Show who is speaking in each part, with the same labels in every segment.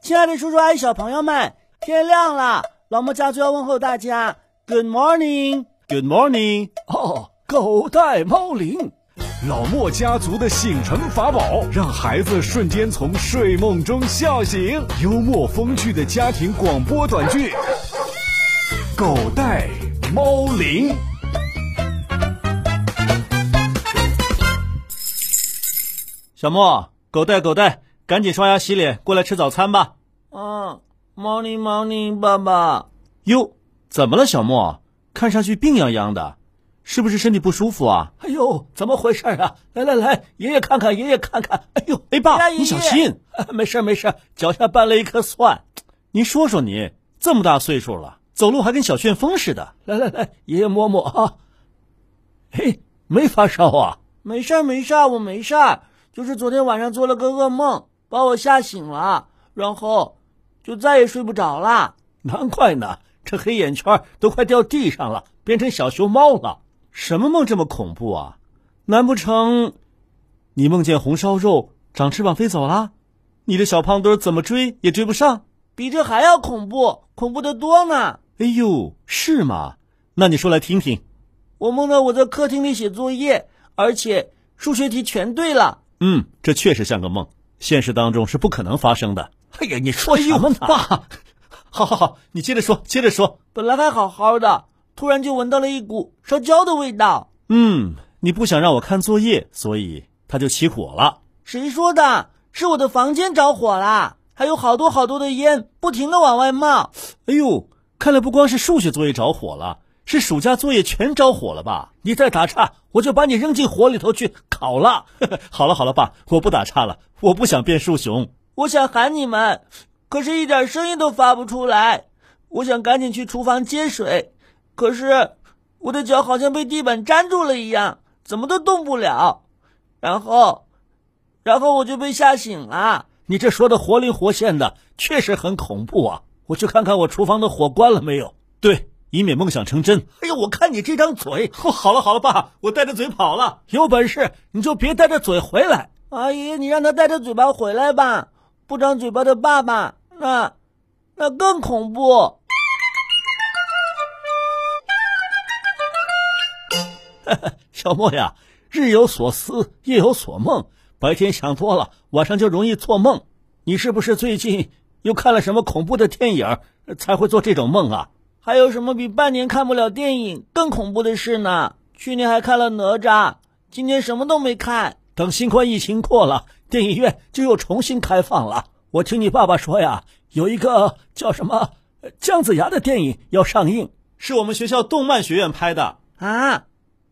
Speaker 1: 亲爱的叔叔阿姨、小朋友们，天亮了，老莫家族要问候大家，Good morning，Good morning。
Speaker 2: 哦，狗带猫铃。老莫家族的醒神法宝，让孩子瞬间从睡梦中笑醒。幽默风趣的家庭广播短剧，《狗带猫铃》。
Speaker 1: 小莫，狗带狗带，赶紧刷牙洗脸，过来吃早餐吧。
Speaker 3: 嗯，morning morning，爸爸。
Speaker 1: 哟，怎么了，小莫？看上去病殃殃的，是不是身体不舒服啊？
Speaker 3: 哎呦，怎么回事啊？来来来，爷爷看看，爷爷看看。哎呦，
Speaker 1: 哎，爸，
Speaker 3: 哎呀
Speaker 1: 你小心！
Speaker 3: 哎 没事儿没事儿，脚下绊了一颗蒜。
Speaker 1: 您说说你，这么大岁数了，走路还跟小旋风似的。
Speaker 3: 来来来，爷爷摸摸啊。嘿，没发烧啊？没事没事，
Speaker 1: 啊
Speaker 3: 我没事，就是昨天晚上做了个噩梦，把我吓醒了，然后就再也睡不着了。难怪呢，这黑眼圈都快掉地上了，变成小熊猫了。
Speaker 1: 什么梦这么恐怖啊？难不成你梦见红烧肉长翅膀飞走啦？你的小胖墩儿怎么追也追不上？
Speaker 3: 比这还要恐怖，恐怖的多呢。
Speaker 1: 哎呦，是吗？那你说来听听。
Speaker 3: 我梦到我在客厅里写作业，而且数学题全对了。
Speaker 1: 嗯，这确实像个梦，现实当中是不可能发生的。
Speaker 3: 哎呀，你说什么呢？
Speaker 1: 爸，好好好，你接着说，接着说。
Speaker 3: 本来还好好的，突然就闻到了一股烧焦的味道。
Speaker 1: 嗯，你不想让我看作业，所以他就起火了。
Speaker 3: 谁说的？是我的房间着火啦，还有好多好多的烟不停的往外冒。
Speaker 1: 哎呦，看来不光是数学作业着火了，是暑假作业全着火了吧？
Speaker 3: 你再打岔，我就把你扔进火里头去烤了。
Speaker 1: 好了好了， 爸，我不打岔了，我不想变树熊。
Speaker 3: 我想喊你们，可是一点声音都发不出来。我想赶紧去厨房接水，可是我的脚好像被地板粘住了一样，怎么都动不了。然后，然后我就被吓醒了。你这说的活灵活现的，确实很恐怖啊！我去看看我厨房的火关了没有。
Speaker 1: 对，以免梦想成真。
Speaker 3: 哎呀，我看你这张嘴，
Speaker 1: 哦，好了好了，爸，我带着嘴跑了。
Speaker 3: 有本事你就别带着嘴回来。阿姨，你让他带着嘴巴回来吧，不长嘴巴的爸爸，那那更恐怖。小莫呀，日有所思，夜有所梦，白天想多了，晚上就容易做梦。你是不是最近又看了什么恐怖的电影，才会做这种梦啊？还有什么比半年看不了电影更恐怖的事呢？去年还看了哪吒，今年什么都没看。等新冠疫情过了，电影院就又重新开放了。我听你爸爸说呀，有一个叫什么呃姜子牙的电影要上映
Speaker 1: 是我们学校动漫学院拍的。
Speaker 3: 啊，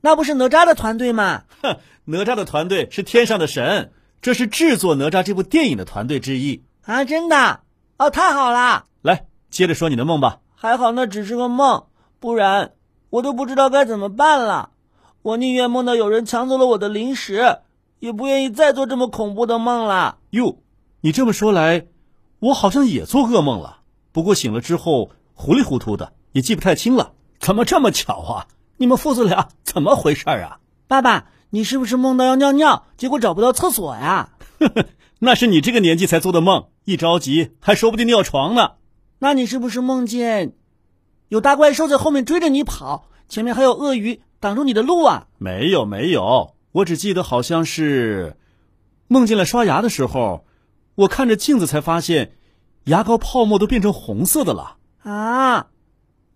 Speaker 3: 那不是哪吒的团队吗？
Speaker 1: 哼，哪吒的团队是天上的神，这是制作《哪吒》这部电影的团队之一。
Speaker 3: 啊，真的？哦，太好啦！
Speaker 1: 来，接着说你的梦吧。
Speaker 3: 还好那只是个梦，不然我都不知道该怎么办了。我宁愿梦到有人抢走了我的零食，也不愿意再做这么恐怖的梦了。
Speaker 1: 哟，你这么说来，我好像也做噩梦了，不过醒了之后糊里糊涂的，也记不太清了。
Speaker 3: 怎么这么巧啊？你们父子俩怎么回事啊？爸爸，你是不是梦到要尿尿，结果找不到厕所呀？
Speaker 1: 那是你这个年纪才做的梦，一着急还说不定尿床呢。
Speaker 3: 那你是不是梦见有大怪兽在后面追着你跑，前面还有鳄鱼挡住你的路啊？
Speaker 1: 没有没有，我只记得好像是梦见了刷牙的时候，我看着镜子才发现，牙膏泡沫都变成红色的了。
Speaker 3: 啊，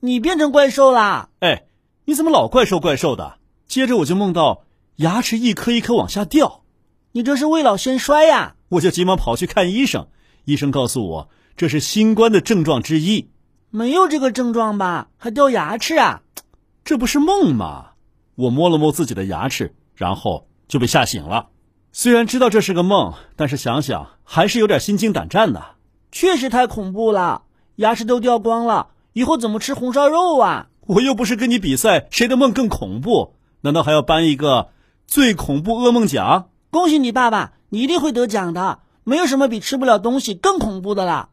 Speaker 3: 你变成怪兽啦？
Speaker 1: 哎，你怎么老怪兽怪兽的？接着我就梦到牙齿一颗一颗往下掉，
Speaker 3: 你这是未老先衰呀、
Speaker 1: 我就急忙跑去看医生。医生告诉我，这是新冠的症状之一。
Speaker 3: 没有这个症状吧？还掉牙齿啊？
Speaker 1: 这不是梦吗？我摸了摸自己的牙齿，然后就被吓醒了。虽然知道这是个梦，但是想想还是有点心惊胆战呐。
Speaker 3: 确实太恐怖了，牙齿都掉光了，以后怎么吃红烧肉啊？
Speaker 1: 我又不是跟你比赛谁的梦更恐怖，难道还要颁一个最恐怖噩梦奖？
Speaker 3: 恭喜你爸爸，你一定会得奖的。没有什么比吃不了东西更恐怖的啦。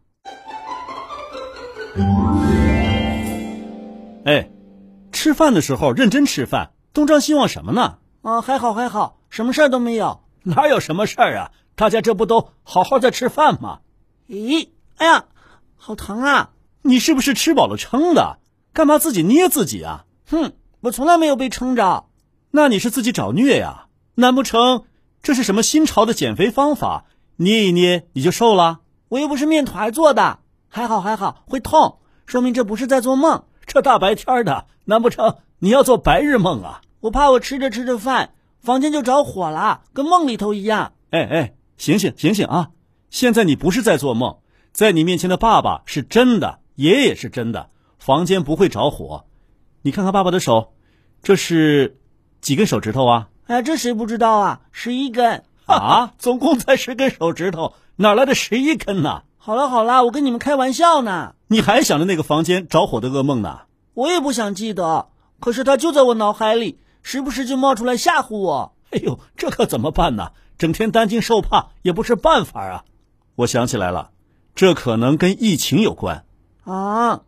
Speaker 1: 哎，吃饭的时候认真吃饭，东张西望什么呢？
Speaker 3: 啊、还好还好，什么事儿都没有。哪有什么事儿啊？大家这不都好好在吃饭吗？咦，
Speaker 4: 哎呀，好疼啊！
Speaker 3: 你是不是吃饱了撑的？干嘛自己捏自己啊？
Speaker 4: 哼，我从来没有被撑着。
Speaker 3: 那你是自己找虐呀、啊？难不成这是什么新潮的减肥方法？捏一捏你就瘦了？
Speaker 4: 我又不是面团做的，还好还好，会痛，说明这不是在做梦。
Speaker 3: 这大白天的，难不成你要做白日梦啊？
Speaker 4: 我怕我吃着吃着饭，房间就着火了，跟梦里头一样。
Speaker 3: 哎哎，醒醒醒醒啊！现在你不是在做梦，在你面前的爸爸是真的，爷爷是真的，房间不会着火。你看看爸爸的手，这是几根手指头啊？
Speaker 4: 哎，这谁不知道啊？十一根
Speaker 3: 啊！ 总共才十根手指头，哪来的十一根呢？
Speaker 4: 好了好了，我跟你们开玩笑呢。
Speaker 3: 你还想着那个房间着火的噩梦呢？
Speaker 4: 我也不想记得，可是它就在我脑海里，时不时就冒出来吓唬我。
Speaker 3: 哎呦，这可怎么办呢？整天担惊受怕也不是办法啊！我想起来了，这可能跟疫情有关
Speaker 4: 啊！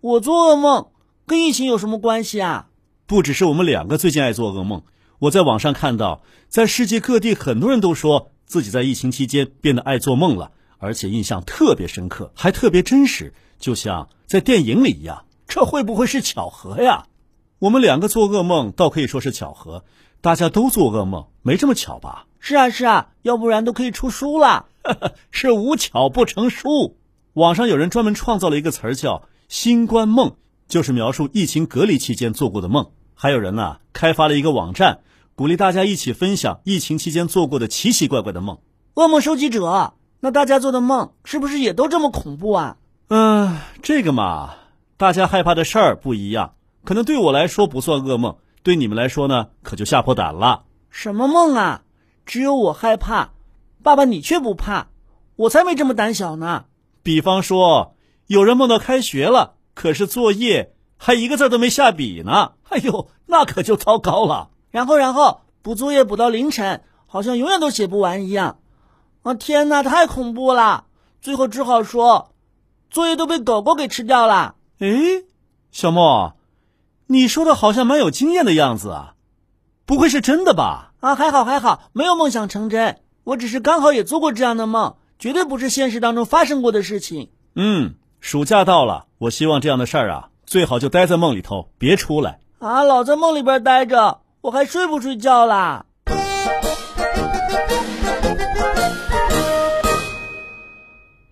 Speaker 4: 我做噩梦跟疫情有什么关系啊？
Speaker 3: 不只是我们两个最近爱做噩梦，我在网上看到，在世界各地很多人都说自己在疫情期间变得爱做梦了。而且印象特别深刻，还特别真实，就像在电影里一样。这会不会是巧合呀？我们两个做噩梦倒可以说是巧合，大家都做噩梦，没这么巧吧？
Speaker 4: 是啊，是啊，要不然都可以出书了。
Speaker 3: 是无巧不成书。网上有人专门创造了一个词儿叫“新冠梦”，就是描述疫情隔离期间做过的梦。还有人呢、啊，开发了一个网站，鼓励大家一起分享疫情期间做过的奇奇怪怪的梦。
Speaker 4: 噩梦收集者。那大家做的梦是不是也都这么恐怖啊？
Speaker 3: 嗯、呃，这个嘛，大家害怕的事儿不一样，可能对我来说不算噩梦，对你们来说呢，可就吓破胆了。
Speaker 4: 什么梦啊？只有我害怕，爸爸你却不怕，我才没这么胆小呢。
Speaker 3: 比方说，有人梦到开学了，可是作业还一个字都没下笔呢， 哎呦，那可就糟糕了。
Speaker 4: 然后，然后补作业补到凌晨，好像永远都写不完一样。啊天哪，太恐怖了！最后只好说，作业都被狗狗给吃掉了。
Speaker 3: 诶，小莫，你说的好像蛮有经验的样子啊，不会是真的吧？
Speaker 4: 啊，还好还好，没有梦想成真，我只是刚好也做过这样的梦，绝对不是现实当中发生过的事情。
Speaker 3: 嗯，暑假到了，我希望这样的事儿啊，最好就待在梦里头，别出来。
Speaker 4: 啊，老在梦里边待着，我还睡不睡觉啦？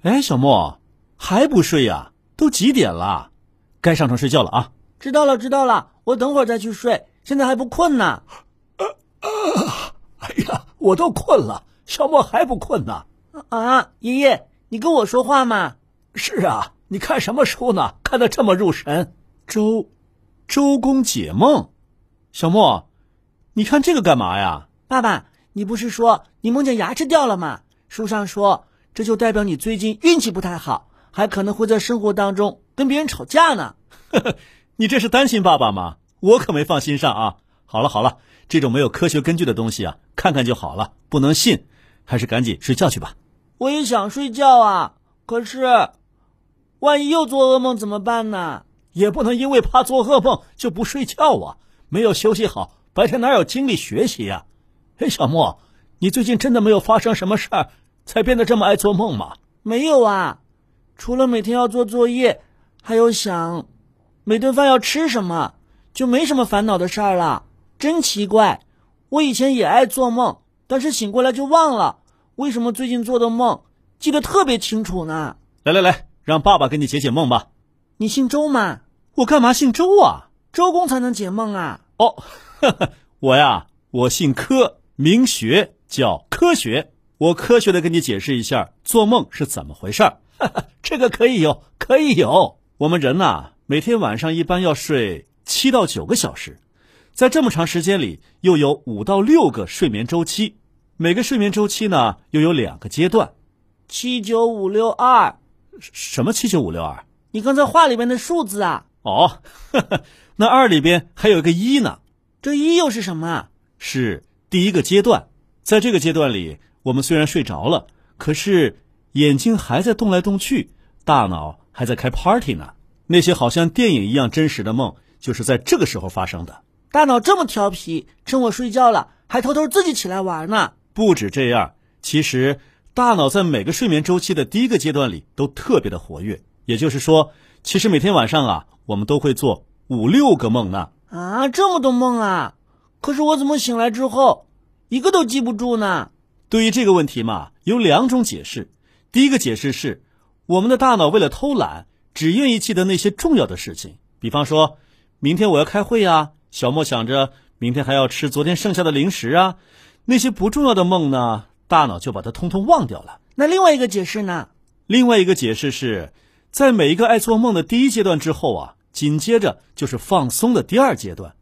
Speaker 3: 哎，小莫，还不睡呀、啊？都几点了？该上床睡觉了啊！
Speaker 4: 知道了，知道了，我等会儿再去睡，现在还不困呢。
Speaker 3: 呃呃、哎呀，我都困了，小莫还不困呢。
Speaker 4: 啊，爷爷，你跟我说话嘛？
Speaker 3: 是啊，你看什么书呢？看得这么入神。周，周公解梦。小莫，你看这个干嘛呀？
Speaker 4: 爸爸，你不是说你梦见牙齿掉了吗？书上说。这就代表你最近运气不太好，还可能会在生活当中跟别人吵架呢。
Speaker 3: 呵呵，你这是担心爸爸吗？我可没放心上啊。好了好了，这种没有科学根据的东西啊，看看就好了，不能信，还是赶紧睡觉去吧。
Speaker 4: 我也想睡觉啊，可是，万一又做噩梦怎么办呢？
Speaker 3: 也不能因为怕做噩梦就不睡觉啊。没有休息好，白天哪有精力学习呀、啊？哎，小莫，你最近真的没有发生什么事儿？才变得这么爱做梦吗？
Speaker 4: 没有啊，除了每天要做作业，还有想每顿饭要吃什么，就没什么烦恼的事儿了。真奇怪，我以前也爱做梦，但是醒过来就忘了。为什么最近做的梦记得特别清楚呢？
Speaker 3: 来来来，让爸爸给你解解梦吧。
Speaker 4: 你姓周吗？
Speaker 3: 我干嘛姓周啊？
Speaker 4: 周公才能解梦啊。
Speaker 3: 哦， 呵呵我呀，我姓科，名学，叫科学。我科学的跟你解释一下做梦是怎么回事儿，这个可以有，可以有。我们人呐、啊，每天晚上一般要睡七到九个小时，在这么长时间里，又有五到六个睡眠周期，每个睡眠周期呢又有两个阶段，
Speaker 4: 七九五六二，
Speaker 3: 什么七九五六二？
Speaker 4: 你刚才话里面的数字啊？
Speaker 3: 哦， 呵呵那二里边还有一个一呢，
Speaker 4: 这一又是什么？
Speaker 3: 是第一个阶段，在这个阶段里。我们虽然睡着了，可是眼睛还在动来动去，大脑还在开 party 呢。那些好像电影一样真实的梦，就是在这个时候发生的。
Speaker 4: 大脑这么调皮，趁我睡觉了还偷偷自己起来玩呢。
Speaker 3: 不止这样，其实大脑在每个睡眠周期的第一个阶段里都特别的活跃，也就是说，其实每天晚上啊，我们都会做五六个梦呢。
Speaker 4: 啊，这么多梦啊！可是我怎么醒来之后，一个都记不住呢？
Speaker 3: 对于这个问题嘛，有两种解释。第一个解释是，我们的大脑为了偷懒，只愿意记得那些重要的事情，比方说，明天我要开会啊，小莫想着明天还要吃昨天剩下的零食啊，那些不重要的梦呢，大脑就把它通通忘掉了。
Speaker 4: 那另外一个解释呢？
Speaker 3: 另外一个解释是，在每一个爱做梦的第一阶段之后啊，紧接着就是放松的第二阶段。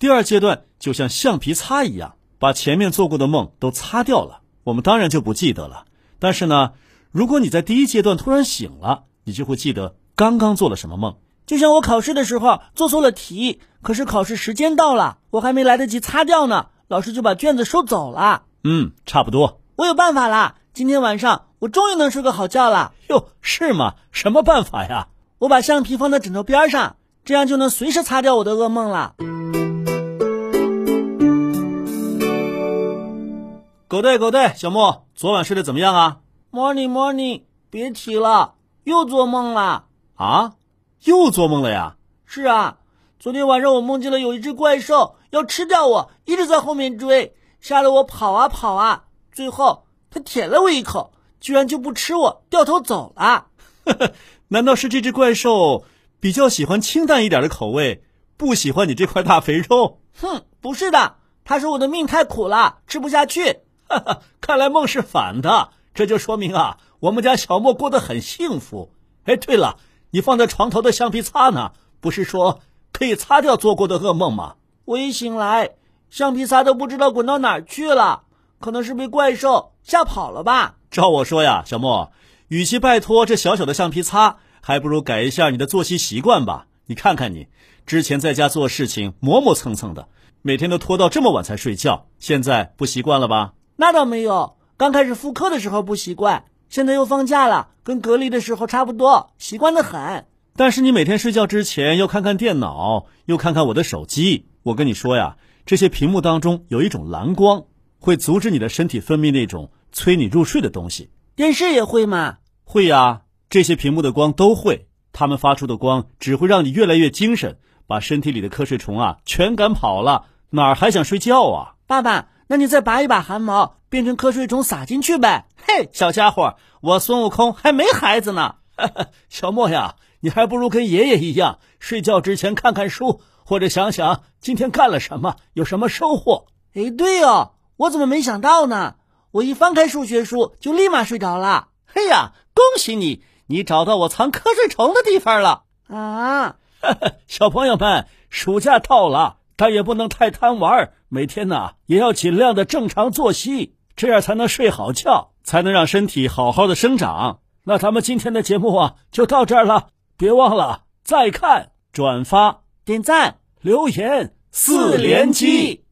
Speaker 3: 第二阶段就像橡皮擦一样，把前面做过的梦都擦掉了，我们当然就不记得了。但是呢，如果你在第一阶段突然醒了，你就会记得刚刚做了什么梦。
Speaker 4: 就像我考试的时候做错了题，可是考试时间到了，我还没来得及擦掉呢，老师就把卷子收走了。
Speaker 3: 嗯，差不多。
Speaker 4: 我有办法啦！今天晚上我终于能睡个好觉了。
Speaker 3: 哟，是吗？什么办法呀？
Speaker 4: 我把橡皮放在枕头边上，这样就能随时擦掉我的噩梦了。
Speaker 3: 狗带狗带，小莫，昨晚睡得怎么样啊？
Speaker 4: Morning morning，别提了，又做梦了。
Speaker 3: 啊，又做梦了呀？
Speaker 4: 是啊，昨天晚上我梦见了有一只怪兽要吃掉我，一直在后面追，吓得我跑啊跑啊，最后它舔了我一口，居然就不吃我，掉头走了。
Speaker 3: 难道是这只怪兽比较喜欢清淡一点的口味，不喜欢你这块大肥肉？
Speaker 4: 哼，不是的，它说我的命太苦了，吃不下去。
Speaker 3: 哈哈，看来梦是反的，这就说明啊，我们家小莫过得很幸福。哎，对了，你放在床头的橡皮擦呢？不是说可以擦掉做过的噩梦吗？
Speaker 4: 我一醒来，橡皮擦都不知道滚到哪儿去了，可能是被怪兽吓跑了吧。
Speaker 3: 照我说呀，小莫，与其拜托这小小的橡皮擦，还不如改一下你的作息习惯吧。你看看你，之前在家做事情磨磨蹭蹭的，每天都拖到这么晚才睡觉，现在不习惯了吧？
Speaker 4: 那倒没有，刚开始复课的时候不习惯，现在又放假了，跟隔离的时候差不多，习惯的很。
Speaker 3: 但是你每天睡觉之前要看看电脑，又看看我的手机。我跟你说呀，这些屏幕当中有一种蓝光，会阻止你的身体分泌那种催你入睡的东西。
Speaker 4: 电视也会吗？
Speaker 3: 会呀、这些屏幕的光都会，它们发出的光只会让你越来越精神，把身体里的瞌睡虫啊全赶跑了，哪儿还想睡觉啊？
Speaker 4: 爸爸，那你再拔一把汗毛，变成瞌睡虫撒进去呗。
Speaker 3: 嘿，小家伙，我孙悟空还没孩子呢。 小莫呀，你还不如跟爷爷一样，睡觉之前看看书，或者想想今天干了什么，有什么收获。
Speaker 4: 哎，对哦，我怎么没想到呢？我一翻开数学书就立马睡着了
Speaker 3: 嘿呀，恭喜你，你找到我藏瞌睡虫的地方了。
Speaker 4: 啊！
Speaker 3: 小朋友们，暑假到了，但也不能太贪玩儿，每天呐、也要尽量的正常作息，这样才能睡好觉，才能让身体好好的生长。那咱们今天的节目啊，就到这儿了，别忘了再看、转发、
Speaker 4: 点赞
Speaker 3: 留言
Speaker 4: 四连击。